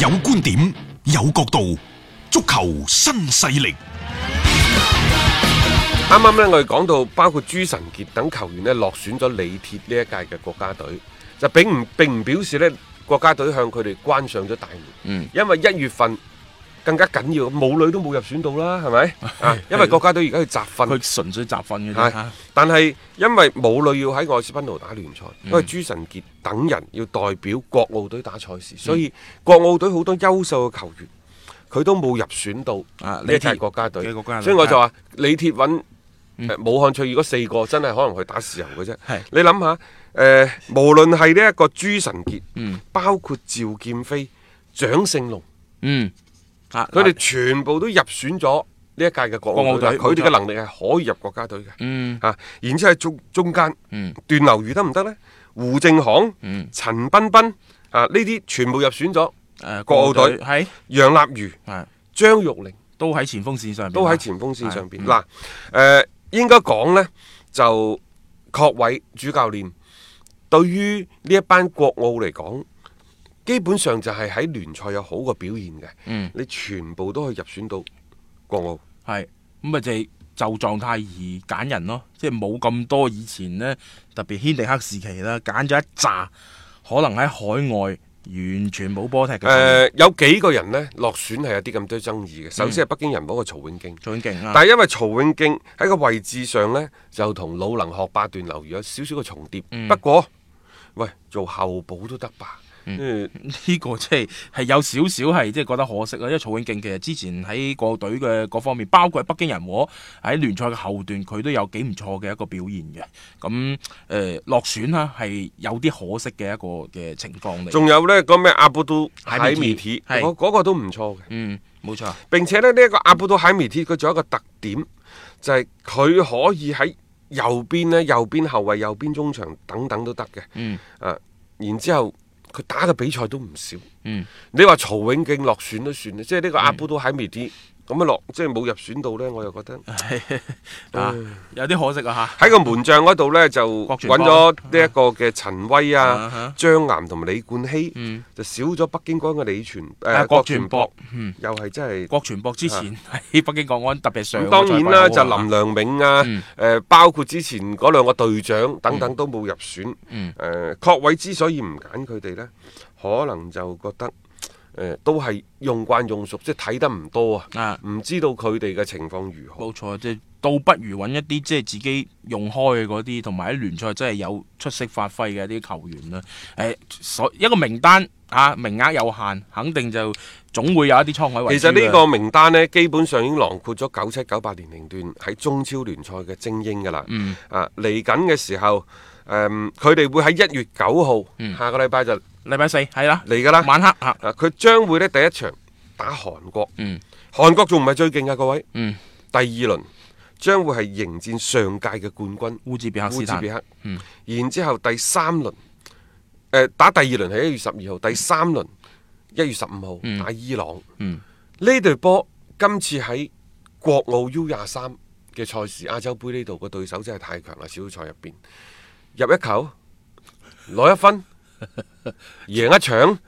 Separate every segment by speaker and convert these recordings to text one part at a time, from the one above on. Speaker 1: 有觀點，有角度，足球新勢力。
Speaker 2: 啱啱呢，我哋講到包括朱晨傑等球員呢落選咗李鐵呢一屆嘅國家隊，就並唔並唔表示呢國家隊向佢哋關上咗大門，
Speaker 3: 嗯
Speaker 2: 因為一月份更加緊要，武磊都冇入選到啦，係咪？ 啊，因為國家隊而家去集訓，
Speaker 3: 佢純粹集訓
Speaker 2: 係
Speaker 3: 嘅啫嚇。
Speaker 2: 但係因為武磊要喺愛斯賓奴打聯賽，
Speaker 3: 嗯
Speaker 2: 因為朱晨傑等人要代表國奧隊打賽
Speaker 3: 嗯
Speaker 2: 事，所以國奧隊好多優秀嘅球員，佢都冇入選到
Speaker 3: 啊
Speaker 2: 呢一屆
Speaker 3: 李鐵
Speaker 2: 國家隊
Speaker 3: 嘅國家隊
Speaker 2: 所以我就話李鐵揾
Speaker 3: 嗯
Speaker 2: 誒武漢翠爾嗰四個真係可能去打豉油嘅啫
Speaker 3: 係。
Speaker 2: 你諗下，誒無論係呢一個朱晨傑，
Speaker 3: 嗯
Speaker 2: 包括趙劍飛、蔣勝龍，
Speaker 3: 嗯，啊
Speaker 2: 佢哋
Speaker 3: 嗱
Speaker 2: 全部都入選咗呢一屆嘅國奧隊，
Speaker 3: 國
Speaker 2: 佢
Speaker 3: 奧隊
Speaker 2: 哋嘅能力係可以入國家隊嘅。
Speaker 3: 嗯
Speaker 2: 啊，然之後喺中中間，
Speaker 3: 嗯
Speaker 2: 段劉愚得唔得呢？胡正航、
Speaker 3: 嗯
Speaker 2: 陳彬彬啊，呢啲全部入選咗。
Speaker 3: 誒
Speaker 2: 嗯國奧隊
Speaker 3: 係
Speaker 2: 楊立瑜、
Speaker 3: 係
Speaker 2: 張玉寧
Speaker 3: 都喺前鋒線上邊啊，
Speaker 2: 都喺前鋒線上邊。
Speaker 3: 係
Speaker 2: 嗱，誒、呃、應該講呢，就確偉主教練對於呢一班國奧嚟講，基本上就係喺聯賽有好嘅表現嘅。
Speaker 3: 嗯
Speaker 2: 你全部都可以入選到國奧。
Speaker 3: 係咁咪就係就狀態而揀人咯，即係冇咁多以前呢，特別軒迪克時期啦，揀咗一紮可能喺海外完全冇波踢
Speaker 2: 誒、
Speaker 3: 嘅球員，
Speaker 2: 有幾個人呢嗯落選係有啲咁多爭議嘅。首先係北京人嗰個曹永京。
Speaker 3: 最勁啊！
Speaker 2: 但係因為曹永敬喺個位置上呢，就同魯能學霸段劉愚有少少嘅重疊。不過，喂，做後補都得吧？嗯
Speaker 3: 呢個即係係有少少係即係覺得可惜啦，因為曹永勁其實之前喺國隊嘅各方面，包括喺北京人和喺聯賽嘅後段，佢都有幾唔錯嘅一個表現嘅。咁誒、呃落選啦，係有啲可惜嘅一個嘅情況嚟。
Speaker 2: 仲有呢個咩阿布都
Speaker 3: 海
Speaker 2: 海
Speaker 3: 米
Speaker 2: 米鐵，
Speaker 3: 鐵係
Speaker 2: 嗰嗰個都唔錯嘅。
Speaker 3: 嗯，冇錯，
Speaker 2: 並且咧呢一個阿布都海米鐵，佢仲有一個特點，就係、佢可以喺右邊呢，右邊後衞、右邊中場等等都得嘅。
Speaker 3: 嗯
Speaker 2: 啊，然之後佢打嘅比賽都唔少。
Speaker 3: 嗯，
Speaker 2: 你話曹永敬落選都算啦，即係呢個阿布都海米
Speaker 3: 嗯
Speaker 2: 鐵咁樣落，即係冇入選到呢，我又覺得。
Speaker 3: 啊，有啲可惜啊嚇。
Speaker 2: 喺個門將嗰度呢，就
Speaker 3: 郭
Speaker 2: 揾
Speaker 3: 全邦
Speaker 2: 咗呢一個嘅陳威
Speaker 3: 啊
Speaker 2: 啊
Speaker 3: 哈、
Speaker 2: 張岩同埋李冠希
Speaker 3: 嗯，
Speaker 2: 就少咗北京嗰個李全
Speaker 3: 啊
Speaker 2: 誒
Speaker 3: 郭全博嗯
Speaker 2: 又係真係。
Speaker 3: 郭全博之前喺北京國安，特別係上
Speaker 2: 咁
Speaker 3: 個
Speaker 2: 當然啦，
Speaker 3: 賽季
Speaker 2: 就
Speaker 3: 好啊
Speaker 2: 林良銘啊，誒、
Speaker 3: 嗯
Speaker 2: 包括之前嗰兩個隊長等等都冇入選。誒、
Speaker 3: 嗯
Speaker 2: 確位之所以唔揀佢哋呢，可能就覺得誒、都係用慣用熟，即係睇得唔多啊，
Speaker 3: 啊
Speaker 2: 唔知道佢哋嘅情況如何。
Speaker 3: 冇錯，即係倒不如揾一啲即係自己用開嘅嗰啲，同埋喺聯賽真係有出色發揮嘅一啲球員啊啦。誒、所一個名單啊，名額有限，肯定就總會有一啲滄海遺
Speaker 2: 其
Speaker 3: 珠
Speaker 2: 實
Speaker 3: 嘅
Speaker 2: 呢個名單呢，基本上已經囊括咗九七九八年齡段喺中超聯賽嘅精英㗎啦。
Speaker 3: 嗯
Speaker 2: 啊，嚟緊嘅時候，誒、嗯佢哋會喺一月九號，
Speaker 3: 嗯
Speaker 2: 下個禮拜就嚟
Speaker 3: 禮拜四係啦，
Speaker 2: 㗎啦。
Speaker 3: 晚黑啊，
Speaker 2: 啊，佢將會呢第一場打韓國，
Speaker 3: 嗯
Speaker 2: 韓國仲唔係最勁啊㗎，各位。
Speaker 3: 嗯，
Speaker 2: 第二輪將會係迎戰上屆嘅冠軍
Speaker 3: 烏茲別克
Speaker 2: 烏
Speaker 3: 斯
Speaker 2: 茲
Speaker 3: 坦
Speaker 2: 別克。
Speaker 3: 嗯
Speaker 2: 然之後第三輪，誒、呃打第二輪係一月十二號，第三輪一月十五號、
Speaker 3: 嗯
Speaker 2: 打伊朗。
Speaker 3: 嗯
Speaker 2: 呢隊波今次喺國奧 U 廿三嘅賽事亞洲杯呢度個對手真係太強啦！小組賽入邊入一球，攞一 分，贏一場，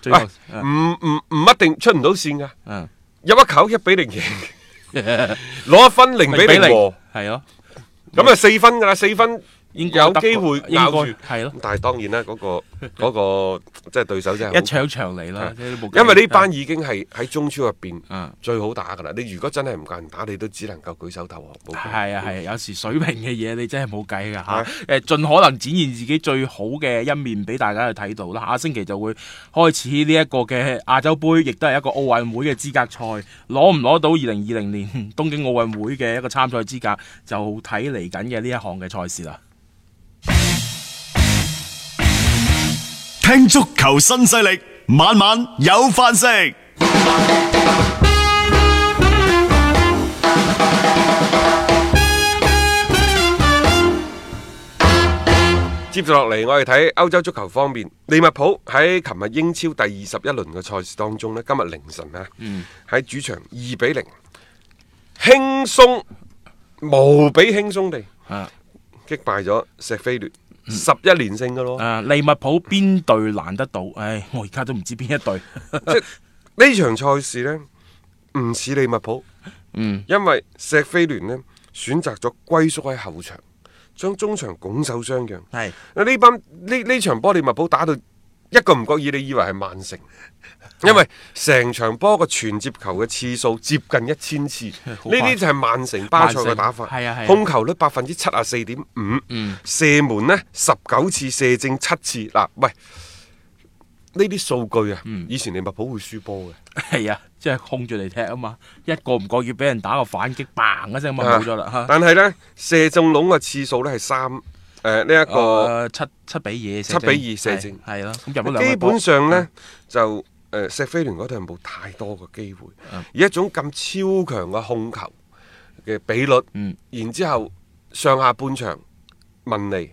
Speaker 3: 最
Speaker 2: 喂
Speaker 3: 後啊
Speaker 2: 唔唔唔一定出唔到線噶。
Speaker 3: 嗯，
Speaker 2: 入一球一比零 贏，攞一分零比零和，
Speaker 3: 係咯，
Speaker 2: 咁啊四分噶啦，四分
Speaker 3: 應該
Speaker 2: 有
Speaker 3: 德國
Speaker 2: 機會
Speaker 3: 應
Speaker 2: 咬住
Speaker 3: 該。係咯，
Speaker 2: 但係當然啦，嗰、 個嗰、個即係對手真係好
Speaker 3: 一場一場嚟啦，即係都冇計
Speaker 2: 因為呢班已經係喺中超入邊
Speaker 3: 嗯
Speaker 2: 最好打㗎啦。你如果真係唔夠人打，你都只能夠舉手投降。冇計
Speaker 3: 係啊係啊，有時水平嘅嘢你真係冇計㗎嚇
Speaker 2: 係。
Speaker 3: 誒，盡可能展現自己最好嘅一面俾大家去睇到啦。下星期就會開始呢一個嘅亞洲杯，亦都係一個奧運會嘅資格賽。攞唔攞到二零二零年 東京奧運會嘅一個參賽資格，就睇嚟緊嘅呢一項嘅賽事啦。
Speaker 1: 聽足球新勢力，晚晚有飯食。
Speaker 2: 接住落嚟，我哋睇歐洲足球方面，利物浦喺琴日英超第二十一輪嘅賽事當中呢，今日凌晨啊，
Speaker 3: 嗯
Speaker 2: 喺、主場二比零，輕鬆無比輕鬆地
Speaker 3: 啊，嗯
Speaker 2: 擊敗咗石飛聯。十一連勝嘅咯。
Speaker 3: 啊，利物浦邊隊難得到？唉，我而家都唔知邊一隊。
Speaker 2: 呢場賽事呢，唔似利物浦，
Speaker 3: 嗯，
Speaker 2: 因為石飛聯呢選擇咗龜縮喺後場，將中場拱手相讓。
Speaker 3: 係
Speaker 2: 呢班呢呢場波利物浦打到一個唔覺意，你以為係曼 城，因為成場波個傳接球嘅次數接近一千 次，呢
Speaker 3: 誇張
Speaker 2: 啲就係曼城巴塞嘅打法。
Speaker 3: 曼城係啊係啊
Speaker 2: 控球率百分之七啊四點五，
Speaker 3: 嗯
Speaker 2: 射門呢十九次射正七次。嗱，喂，呢啲數據啊，
Speaker 3: 嗯
Speaker 2: 以前利物浦會輸波嘅。
Speaker 3: 係啊，即係控住嚟踢啊嘛，一個唔覺意俾人打個反擊嘭一聲咁啊冇咗啦
Speaker 2: 啊
Speaker 3: 嚇。
Speaker 2: 但係呢，射中籠嘅次數呢係三誒呢一個，
Speaker 3: 誒七七比二，
Speaker 2: 七比二射正
Speaker 3: 係係咯，啊咁入咗兩
Speaker 2: 基
Speaker 3: 個波嗯
Speaker 2: 本上呢，就誒、呃石飛聯嗰隊冇太多嘅機會，
Speaker 3: 嗯
Speaker 2: 以一種咁超強嘅控球嘅比率，
Speaker 3: 嗯
Speaker 2: 然之後上下半場文尼、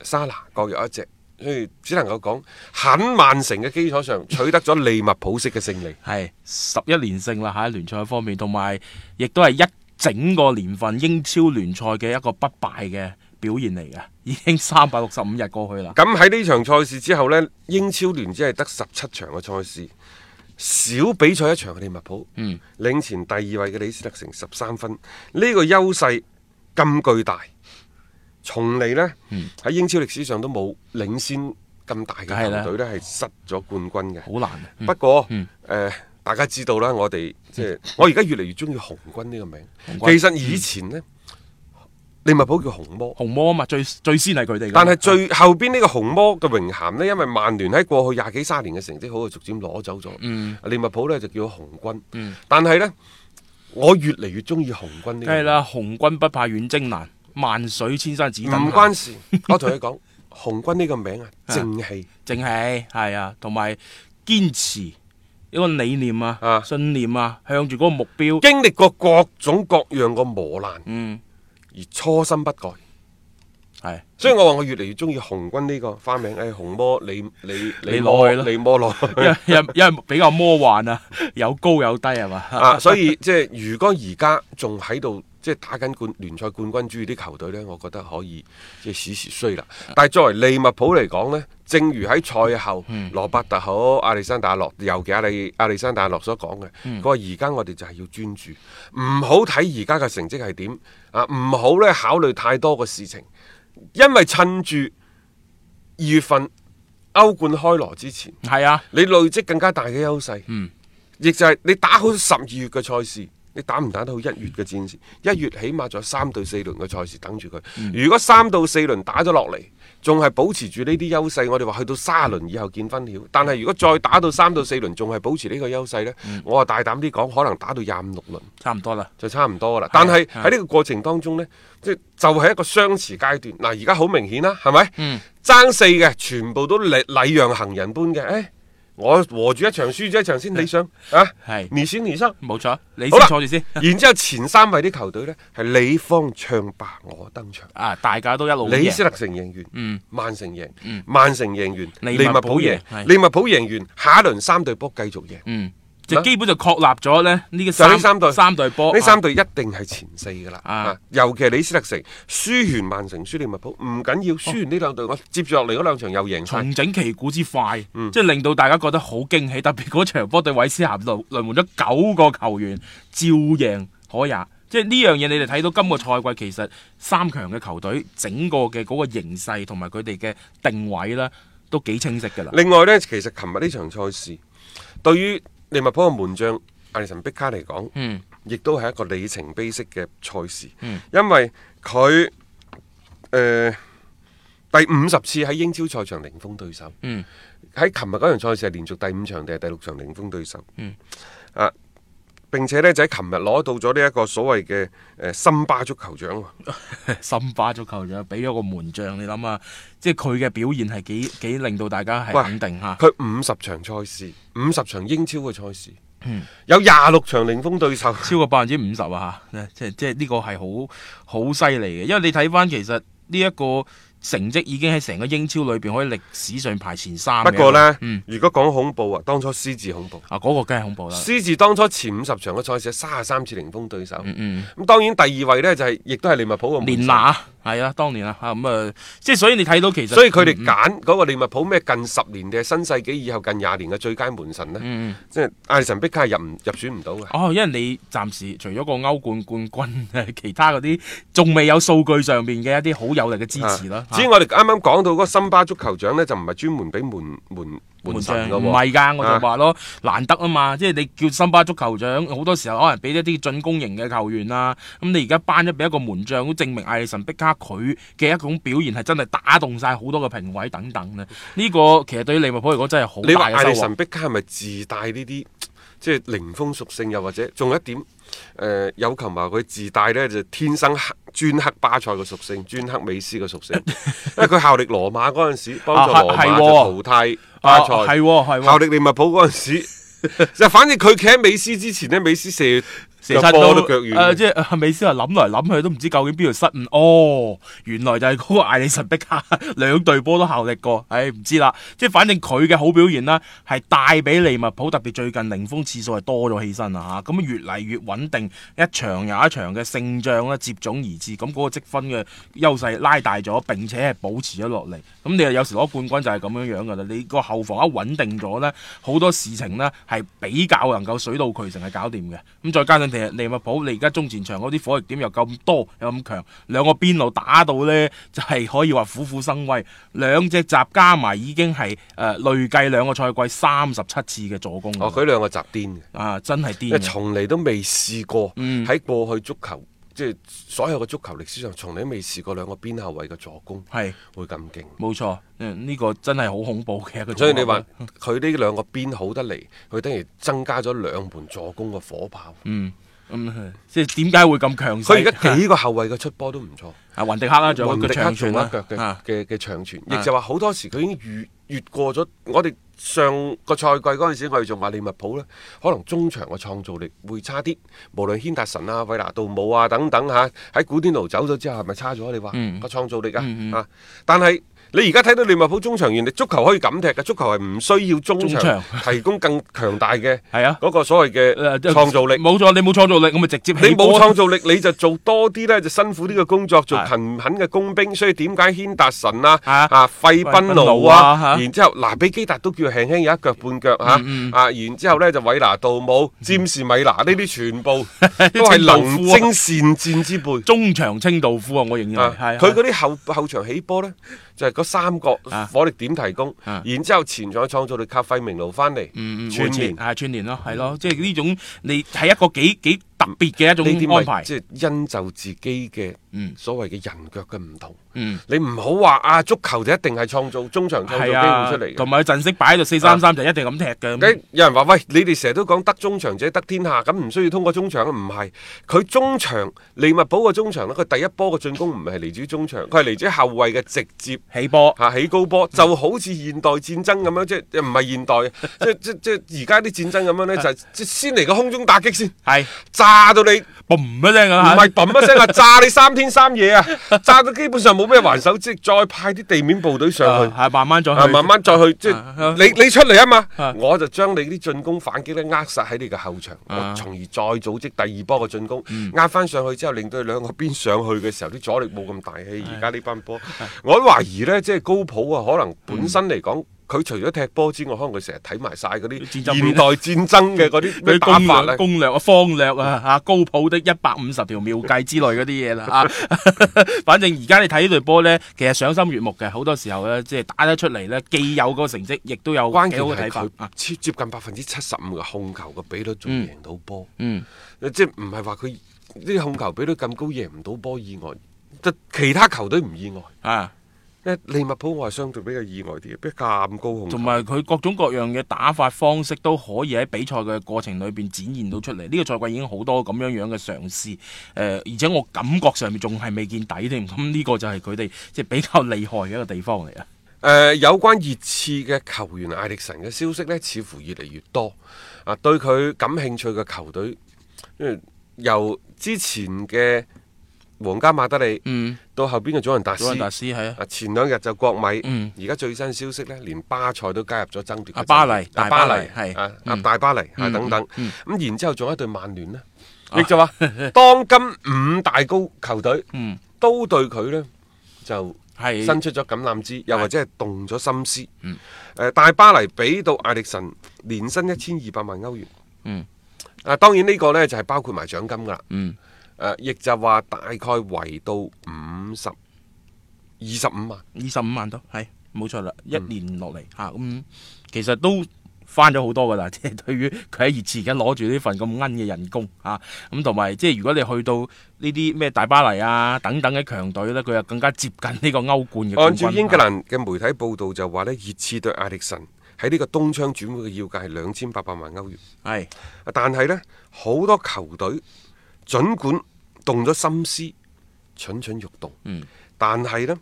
Speaker 2: 沙拿各有一隻。所以只能夠講喺曼城嘅基礎上取得咗利物浦式嘅勝利。
Speaker 3: 係十一連勝啦喺聯賽方面，同埋亦都係一整個年份英超聯賽嘅一個不敗嘅表現嚟嘅， 已經三百六十五日過去啦。
Speaker 2: 咁喺呢場賽事之後呢，英超聯只係得十七場嘅賽事，少比賽一場嘅利物浦，
Speaker 3: 嗯
Speaker 2: 領前第二位嘅李斯特城十三分，呢、個優勢咁巨大，從嚟呢，
Speaker 3: 嗯
Speaker 2: 喺、英超歷史上都冇領先咁大嘅
Speaker 3: 係啦
Speaker 2: 球隊呢係失咗冠軍嘅。
Speaker 3: 好難啊。嗯
Speaker 2: 不過誒、呃大家知道啦，我哋即係我而家越嚟越中意紅軍呢個名。其實以前
Speaker 3: 嗯
Speaker 2: 呢，利物浦叫紅魔。
Speaker 3: 紅魔啊嘛，最最先係佢哋㗎嘛。
Speaker 2: 但係最後邊呢個紅魔嘅榮銜呢，因為曼聯喺過去廿幾三十年嘅成績好，就逐漸攞走咗。
Speaker 3: 嗯
Speaker 2: 利物浦呢就叫紅軍。但係呢，我越嚟越中意紅軍呢個
Speaker 3: 梗係啦，紅軍不怕遠征難，萬水千山只啊等
Speaker 2: 名。唔
Speaker 3: 閒。
Speaker 2: 關事， 我同你講，紅軍呢個名啊，正氣。
Speaker 3: 正氣係啊，同埋堅持一個理念啊、
Speaker 2: 啊
Speaker 3: 信念啊，向住嗰個目標。
Speaker 2: 經歷過各種各樣嘅磨難，
Speaker 3: 嗯，
Speaker 2: 而初心不改。
Speaker 3: 係
Speaker 2: 所以我話我越嚟越中意紅軍呢個花名。誒、紅魔你你
Speaker 3: 你
Speaker 2: 魔
Speaker 3: 攞去啦
Speaker 2: 你魔 攞去
Speaker 3: 因為因為因為比較魔幻啊， 有高有低係嘛。
Speaker 2: 啊，所以即係如果而家仲喺度即係打緊冠聯賽冠軍主義啲球隊呢，我覺得可以即係時時衰啦。但係作為利物浦嚟講呢，正如喺賽後羅伯特好、亞歷山大洛，尤其亞歷亞歷山大洛所講嘅，佢話而家我哋就係要專注，唔好睇而家嘅成績係點啊，唔好呢考慮太多嘅事情，因為趁住二月份歐冠開鑼之前。
Speaker 3: 係啊，
Speaker 2: 你累積更加大嘅優勢，
Speaker 3: 嗯
Speaker 2: 亦就係你打好十二月嘅賽事，你打唔打得好一月嘅戰事？一月起碼仲有三到四輪嘅賽事等住佢。如果三到四輪打咗落嚟，仲係保持住呢啲優勢，我哋話去到三輪以後見分曉。但係如果再打到三到四輪，仲係保持呢個優勢呢，我啊話大膽啲講，可能打到廿五六輪。
Speaker 3: 差唔多啦。
Speaker 2: 就差唔
Speaker 3: 啊
Speaker 2: 多啦。但係喺呢個過程當中呢，即係就係一個相持階段。嗱，而家好明顯啦，係咪？
Speaker 3: 嗯
Speaker 2: 爭四嘅全部都禮禮讓行人般嘅。誒、我和住一場輸咗一場先，你想啊？
Speaker 3: 係
Speaker 2: 你先你生。
Speaker 3: 冇錯，你
Speaker 2: 好
Speaker 3: 先
Speaker 2: 啦
Speaker 3: 坐住先。
Speaker 2: 然之後前三位啲球隊呢，係你方唱罷我登場。
Speaker 3: 啊，大家都一路
Speaker 2: 李斯
Speaker 3: 贏。
Speaker 2: 特城贏完，
Speaker 3: 嗯
Speaker 2: 曼城贏，曼城贏完，
Speaker 3: 利
Speaker 2: 利
Speaker 3: 物
Speaker 2: 物
Speaker 3: 浦
Speaker 2: 浦贏
Speaker 3: 贏，
Speaker 2: 利物浦贏完，下一輪三隊波繼續贏。
Speaker 3: 嗯，就基本就確立咗咧呢個
Speaker 2: 就呢
Speaker 3: 三
Speaker 2: 三隊
Speaker 3: 三隊波。
Speaker 2: 呢三隊一定係前四噶啦，
Speaker 3: 啊
Speaker 2: 啊尤其係李斯特城輸完曼城、輸利物浦唔緊要，輸完呢兩隊，我接住落嚟嗰兩場又贏晒。
Speaker 3: 重整旗鼓之快，即係令到大家覺得好驚喜。特別嗰場波對韋斯咸輪輪換咗九個球員，照贏可也。即係呢樣嘢，你哋睇到今個賽季其實三強嘅球隊整個嘅嗰個形勢同埋佢哋嘅定位啦，都幾清晰㗎啦。
Speaker 2: 另外呢，其實琴日呢場賽事對於利物浦嘅門將艾利臣碧卡嚟講，
Speaker 3: 嗯，
Speaker 2: 亦都係一個里程碑式嘅賽事，
Speaker 3: 嗯
Speaker 2: 因為佢誒、呃第五十次喺英超賽場零封對手，
Speaker 3: 嗯
Speaker 2: 喺琴日嗰場賽事係連續第五場定係第六場零封對手，
Speaker 3: 嗯
Speaker 2: 啊。並且呢，就喺琴日攞到咗呢一個所謂嘅誒森巴足球獎喎，
Speaker 3: 森巴足球獎俾咗個門將，你諗下，即係佢嘅表現係幾幾令到大家係
Speaker 2: 喂
Speaker 3: 肯定嚇。
Speaker 2: 佢五十場賽事，五十場英超嘅賽事，
Speaker 3: 嗯
Speaker 2: 有廿六場零封對手。
Speaker 3: 超過百分之五十啊嚇！即係即係呢個係好好犀利嘅，因為你睇翻其實呢一個成績已經喺成個英超裏邊可以歷史上排前三嘅。
Speaker 2: 不過呢，
Speaker 3: 嗯，
Speaker 2: 如果講恐怖啊，當初獅子恐怖，
Speaker 3: 啊嗰、個梗係恐怖啦。
Speaker 2: 獅子當初前五十場嘅賽事三十三次零封對手。咁、
Speaker 3: 嗯嗯，
Speaker 2: 當然第二位呢，就係、亦都係利物浦嘅門將
Speaker 3: 連拿係啊，當年啊，嚇咁啊，即係所以你睇到其實，嗯
Speaker 2: 所以佢哋揀嗰個利物浦咩近十年定係新世紀以後近廿年嘅最佳門神呢？
Speaker 3: 嗯
Speaker 2: 即係艾神碧卡係入唔入選唔到嘅。
Speaker 3: 哦，因為你暫時除咗個歐冠冠軍， 誒其他嗰啲仲未有數據上面嘅一啲好有力嘅哦支持啦
Speaker 2: 啊。至於我哋啱啱講到嗰個森巴足球獎呢，就唔係專門俾門門門神嘅
Speaker 3: 唔
Speaker 2: 喎。
Speaker 3: 係㗎，我
Speaker 2: 啊
Speaker 3: 就話咯，難得啊嘛，即係你叫森巴足球獎，好多時候可能俾一啲進攻型嘅球員啦，咁你而家頒咗俾一個門將，都證明艾利臣碧卡佢嘅一種表現係真係打動晒好多嘅評委等等咧。呢、個其實對於利物浦嚟講真係好
Speaker 2: 你話
Speaker 3: 大
Speaker 2: 艾
Speaker 3: 嘅
Speaker 2: 力
Speaker 3: 收穫。
Speaker 2: 神碧卡係咪自帶呢啲即係靈風屬性，又或者仲有一點誒、呃有球話佢自帶呢，就天生黑專黑巴塞嘅屬性，專黑美斯嘅屬 性，因為佢效力羅馬嗰陣時幫助
Speaker 3: 啊係
Speaker 2: 羅
Speaker 3: 係
Speaker 2: 馬
Speaker 3: 喎
Speaker 2: 就淘汰巴塞。
Speaker 3: 啊係喎係
Speaker 2: 效
Speaker 3: 喎，
Speaker 2: 力利物浦嗰陣時， 就反正佢企喺美斯之前呢，美斯射
Speaker 3: 射
Speaker 2: 腳
Speaker 3: 親
Speaker 2: 波
Speaker 3: 都
Speaker 2: 都腳軟。
Speaker 3: 誒，即係呃美斯話諗來諗去都唔知究竟邊度失誤。哦，原來就係嗰個艾利臣碧卡兩隊波都效力過。唉、唔知啦，即係反正佢嘅好表現啦，係帶俾利物浦特別最近零封次數係多咗起身啊嚇，咁越嚟越穩定，一場又一場嘅勝仗咧接踵而至，咁嗰個積分嘅優勢拉大咗，並且係保持咗落嚟。咁你又有時攞冠軍就係咁樣樣㗎啦，你個後防一穩定咗呢，好多事情呢係比較能夠水到渠成係搞掂嘅。咁再加上其實利物浦你而家中前場嗰啲火力點又咁多又咁強，兩個邊路打到呢就係、可以話虎虎生威，兩隻集加埋已經係誒、呃累計兩個賽季三十七次嘅助攻㗎啦。
Speaker 2: 哦，佢兩個集癲嘅，
Speaker 3: 啊，真係
Speaker 2: 因
Speaker 3: 癲
Speaker 2: 為
Speaker 3: 嘅！
Speaker 2: 從嚟都未試過
Speaker 3: 嗯
Speaker 2: 喺過去足球。即係所有嘅足球歷史上，從嚟都未試過兩個邊後衞嘅助攻
Speaker 3: 係
Speaker 2: 會咁勁，
Speaker 3: 冇錯，嗯呢、個真係好恐啊怖嘅一個組合。
Speaker 2: 所以你話佢呢兩個邊好得嚟，佢等於增加咗兩門助攻嘅火炮。
Speaker 3: 嗯咁、即係點解會咁
Speaker 2: 佢
Speaker 3: 強勢？
Speaker 2: 而家幾個後衞嘅出波都唔錯。
Speaker 3: 啊雲迪克啦，仲有
Speaker 2: 雲
Speaker 3: 佢
Speaker 2: 迪克
Speaker 3: 長
Speaker 2: 仲有
Speaker 3: 傳
Speaker 2: 一
Speaker 3: 啦
Speaker 2: 腳嘅
Speaker 3: 啊
Speaker 2: 嘅嘅長傳，
Speaker 3: 啊
Speaker 2: 亦就話好多時佢已經越越過咗我哋上個賽季嗰陣時，我哋仲話利物浦呢，可能中場嘅創造力會差啲，無論軒達臣啊、韋拿杜姆啊等等嚇，喺古天奴走咗之後係咪差咗？你話
Speaker 3: 嗯
Speaker 2: 個創造力
Speaker 3: 嗯嗯
Speaker 2: 啊啊，但係。你而家睇到利物浦中場原力足球可以咁踢嘅，足球係唔需要中
Speaker 3: 中
Speaker 2: 場
Speaker 3: 場
Speaker 2: 提供更強大嘅
Speaker 3: 係啊，
Speaker 2: 嗰個所謂嘅
Speaker 3: 誒
Speaker 2: 創造力。
Speaker 3: 冇錯，你冇創造力，咁咪直接
Speaker 2: 你
Speaker 3: 起
Speaker 2: 冇
Speaker 3: 波
Speaker 2: 創造力，你就做多啲呢，就辛苦啲嘅工作，做
Speaker 3: 係
Speaker 2: 勤懇嘅工兵。所以點解軒達臣啊、
Speaker 3: 嚇
Speaker 2: 啊費賓
Speaker 3: 費賓
Speaker 2: 奴
Speaker 3: 奴
Speaker 2: 啊，
Speaker 3: 啊嚇嗯
Speaker 2: 然之後嗱比基達都叫輕輕有一腳半腳嚇，啊然之後呢，就韋拿杜姆、詹士米拿呢啲全 部都係能
Speaker 3: 啊
Speaker 2: 征善戰之輩。
Speaker 3: 中場清道夫啊！我認為
Speaker 2: 啊
Speaker 3: 係
Speaker 2: 佢
Speaker 3: 係
Speaker 2: 嗰啲後後場起波呢，就係嗰三個
Speaker 3: 啊
Speaker 2: 火力點提供，
Speaker 3: 啊
Speaker 2: 然之後前場嘅創造力靠費明奴翻嚟
Speaker 3: 嗯嗯
Speaker 2: 串
Speaker 3: 換
Speaker 2: 連
Speaker 3: 聯。啊串聯咯，係咯，即係呢種你係一個幾幾特別嘅
Speaker 2: 呢
Speaker 3: 一
Speaker 2: 啲
Speaker 3: 種安排
Speaker 2: 咪。即係因就自己嘅
Speaker 3: 嗯
Speaker 2: 所謂嘅人腳嘅唔同。
Speaker 3: 嗯，
Speaker 2: 你唔好話啊，足球就一定係創造中場創造機
Speaker 3: 係啊
Speaker 2: 會出嚟，嘅。
Speaker 3: 同埋陣式擺喺度四三三就一定咁踢嘅。咁
Speaker 2: 咁有人話喂，你哋成日都講得中場者得天下，咁唔需要通過中場，唔係佢中場利物浦嘅中場咧，佢第一波嘅進攻唔係嚟自於中場，佢係嚟自於後衞嘅直接。
Speaker 3: 起波
Speaker 2: 嚇起高
Speaker 3: 嗯
Speaker 2: 波就好似現代戰爭咁樣，即係唔係現代，即即即而家啲戰爭咁樣
Speaker 3: 啊
Speaker 2: 呢，就係即先嚟個空中打擊先，
Speaker 3: 係
Speaker 2: 炸到你
Speaker 3: 嘣一聲
Speaker 2: 唔
Speaker 3: 啊！
Speaker 2: 係砰一聲啊！炸你三天三夜啊！炸到基本上冇咩還手之力，再派啲地面部隊上去。
Speaker 3: 係慢慢再
Speaker 2: 啊，
Speaker 3: 去
Speaker 2: 慢慢再去，即
Speaker 3: 啊啊
Speaker 2: 係你你出嚟啊嘛
Speaker 3: 啊，
Speaker 2: 我就將你啲進攻反擊咧扼殺喺你嘅後場，
Speaker 3: 啊嗯
Speaker 2: 我從而再組織第二波嘅進攻，扼翻上去之後，令到你兩個邊上去嘅時候啲阻力冇咁大氣。而家呢班 波，我都懷疑呢，即係高普啊，可能本身嚟講。佢除咗踢波之外，可能佢成日睇埋晒嗰啲
Speaker 3: 嗯戰爭片
Speaker 2: 現代戰爭嘅嗰啲 咩
Speaker 3: 佢
Speaker 2: 打
Speaker 3: 攻
Speaker 2: 法
Speaker 3: 略、
Speaker 2: 咧，
Speaker 3: 攻略啊、方略啊、嚇高普的一百五十條妙計之類嗰啲嘢啦啊！ 反正而家你睇呢隊波呢，其實賞心悅目嘅，好多時候呢，即係打得出嚟呢，既有個成績，亦都有
Speaker 2: 關
Speaker 3: 幾
Speaker 2: 鍵
Speaker 3: 好嘅
Speaker 2: 係
Speaker 3: 睇法
Speaker 2: 佢
Speaker 3: 啊！
Speaker 2: 接接近百分之七十五嘅控球嘅比率仲
Speaker 3: 嗯
Speaker 2: 贏到波，
Speaker 3: 嗯，
Speaker 2: 即係唔係話佢啲控球比率咁高贏唔到波意外，即其他球隊唔意外。
Speaker 3: 啊，
Speaker 2: 咧利物浦我係相對比較意外啲嘅，比較咁高控球
Speaker 3: 同。埋佢各種各樣嘅打法方式都可以喺比賽嘅過程裏邊展現到出嚟。呢、個賽季已經好多咁樣樣嘅嘗試，誒、呃而且我感覺上面仲係未見底添。咁呢個就係佢哋即係比較厲害嘅一個地方嚟啊！
Speaker 2: 誒、有關熱刺嘅球員艾力神嘅消息呢，似乎越嚟越多啊！對佢感興趣嘅球隊，因為由之前嘅皇家馬德里
Speaker 3: 嗯，
Speaker 2: 到後邊嘅祖雲達
Speaker 3: 祖雲達
Speaker 2: 斯。
Speaker 3: 斯係啊。
Speaker 2: 啊！前兩日就國米，而家、
Speaker 3: 嗯
Speaker 2: 最新消息呢，連巴塞都加入咗爭奪嘅陣營。
Speaker 3: 啊巴黎
Speaker 2: 啊巴
Speaker 3: 大巴
Speaker 2: 黎
Speaker 3: 黎係
Speaker 2: 啊啊
Speaker 3: 嗯
Speaker 2: 大巴黎啊
Speaker 3: 嗯
Speaker 2: 等等。
Speaker 3: 嗯啊
Speaker 2: 咁 然之後仲有一隊曼聯呢，亦就話當今五大高球隊，
Speaker 3: 嗯
Speaker 2: 都對佢呢，就
Speaker 3: 係
Speaker 2: 伸出咗橄欖枝，又或者係動咗心思。嗯大巴黎俾到艾力神年薪一千二百萬歐元。
Speaker 3: 嗯，
Speaker 2: 啊當然呢個呢，就係、包括埋獎金㗎啦。
Speaker 3: 嗯，
Speaker 2: 誒亦就話大概圍到五十二十五萬。
Speaker 3: 二十五萬都係冇錯啦，一
Speaker 2: 嗯
Speaker 3: 年落嚟嚇咁，其實都翻咗好多噶啦。 即係對於佢喺熱刺而家攞住呢份咁奀嘅人工嚇，咁同埋即係如果你去到呢啲咩大巴黎啊等等嘅強隊呢，佢又更加接近呢個歐冠嘅冠軍。
Speaker 2: 按照英格蘭嘅媒體報道就話呢熱刺對艾力神喺呢個東窗轉會嘅要價係兩千八百萬歐元。
Speaker 3: 啊係
Speaker 2: 但係呢，好多球隊儘管動咗心思，蠢蠢欲動，
Speaker 3: 嗯
Speaker 2: 但係呢，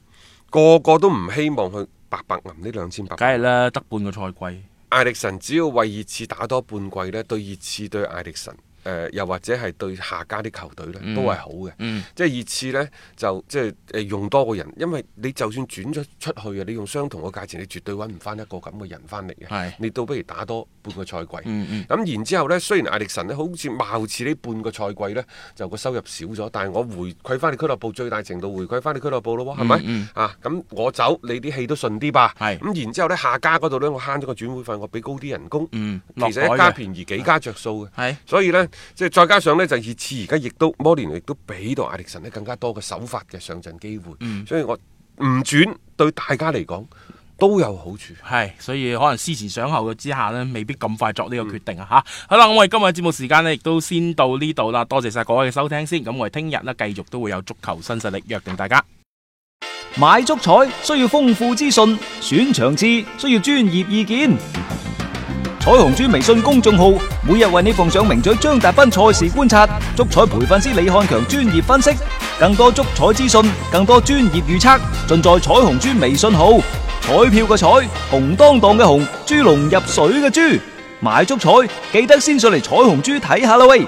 Speaker 2: 個個都唔希望去白白銀呢兩千八
Speaker 3: 梗
Speaker 2: 百。
Speaker 3: 係啦，得半個賽季。
Speaker 2: 艾力神只要為熱刺打多半季呢，對熱刺對艾力神。誒、又或者係對下家啲球隊呢，都係好嘅，
Speaker 3: 嗯
Speaker 2: 即係熱刺呢，就即係誒用多個人，因為你就算轉咗出去啊，你用相同嘅價錢，你絕對揾唔翻一個咁嘅人翻嚟
Speaker 3: 係
Speaker 2: 嘅，你倒不如打多半個賽季。
Speaker 3: 嗯嗯。
Speaker 2: 咁然之後呢，雖然艾力神呢好似貌似呢半個賽季呢，就個收入少咗，但係我回饋翻你俱樂部最大程度回饋翻你俱樂部咯喎，係咪？
Speaker 3: 嗯
Speaker 2: 啊，咁我走，你啲氣都順啲吧。
Speaker 3: 係
Speaker 2: 咁然之後呢，下家嗰度呢，我慳咗個轉會費，我俾高啲人工。
Speaker 3: 嗯
Speaker 2: 其
Speaker 3: 落
Speaker 2: 實一
Speaker 3: 袋
Speaker 2: 家
Speaker 3: 嘅
Speaker 2: 便宜幾家着數嘅。
Speaker 3: 係
Speaker 2: 所以呢，即係再加上呢，就熱刺而家亦都摩連奴亦都俾到艾力神呢更加多嘅手法嘅上陣機會。
Speaker 3: 嗯
Speaker 2: 所以我唔轉對大家嚟講都有好處。
Speaker 3: 係，所以可能思前想後嘅之下呢，未必咁快作呢個決定
Speaker 2: 嗯
Speaker 3: 啊吓。好啦，咁我哋今日節目時間呢，亦都先到呢度啦，多謝晒各位嘅收聽先。咁我哋聽日呢，繼續都會有足球新勢力約定大家。
Speaker 4: 买足彩需要豐富資訊，選場次需要專業意見。彩虹豬微信公眾號每日為你奉上名嘴張達斌賽事觀察、足彩培訓師李漢強專業分析，更多足彩資訊、更多專業預測，盡在彩虹豬微信號。彩票嘅彩，紅當當嘅紅，豬籠入水嘅豬，買足彩記得先上嚟彩虹豬睇下啦喂！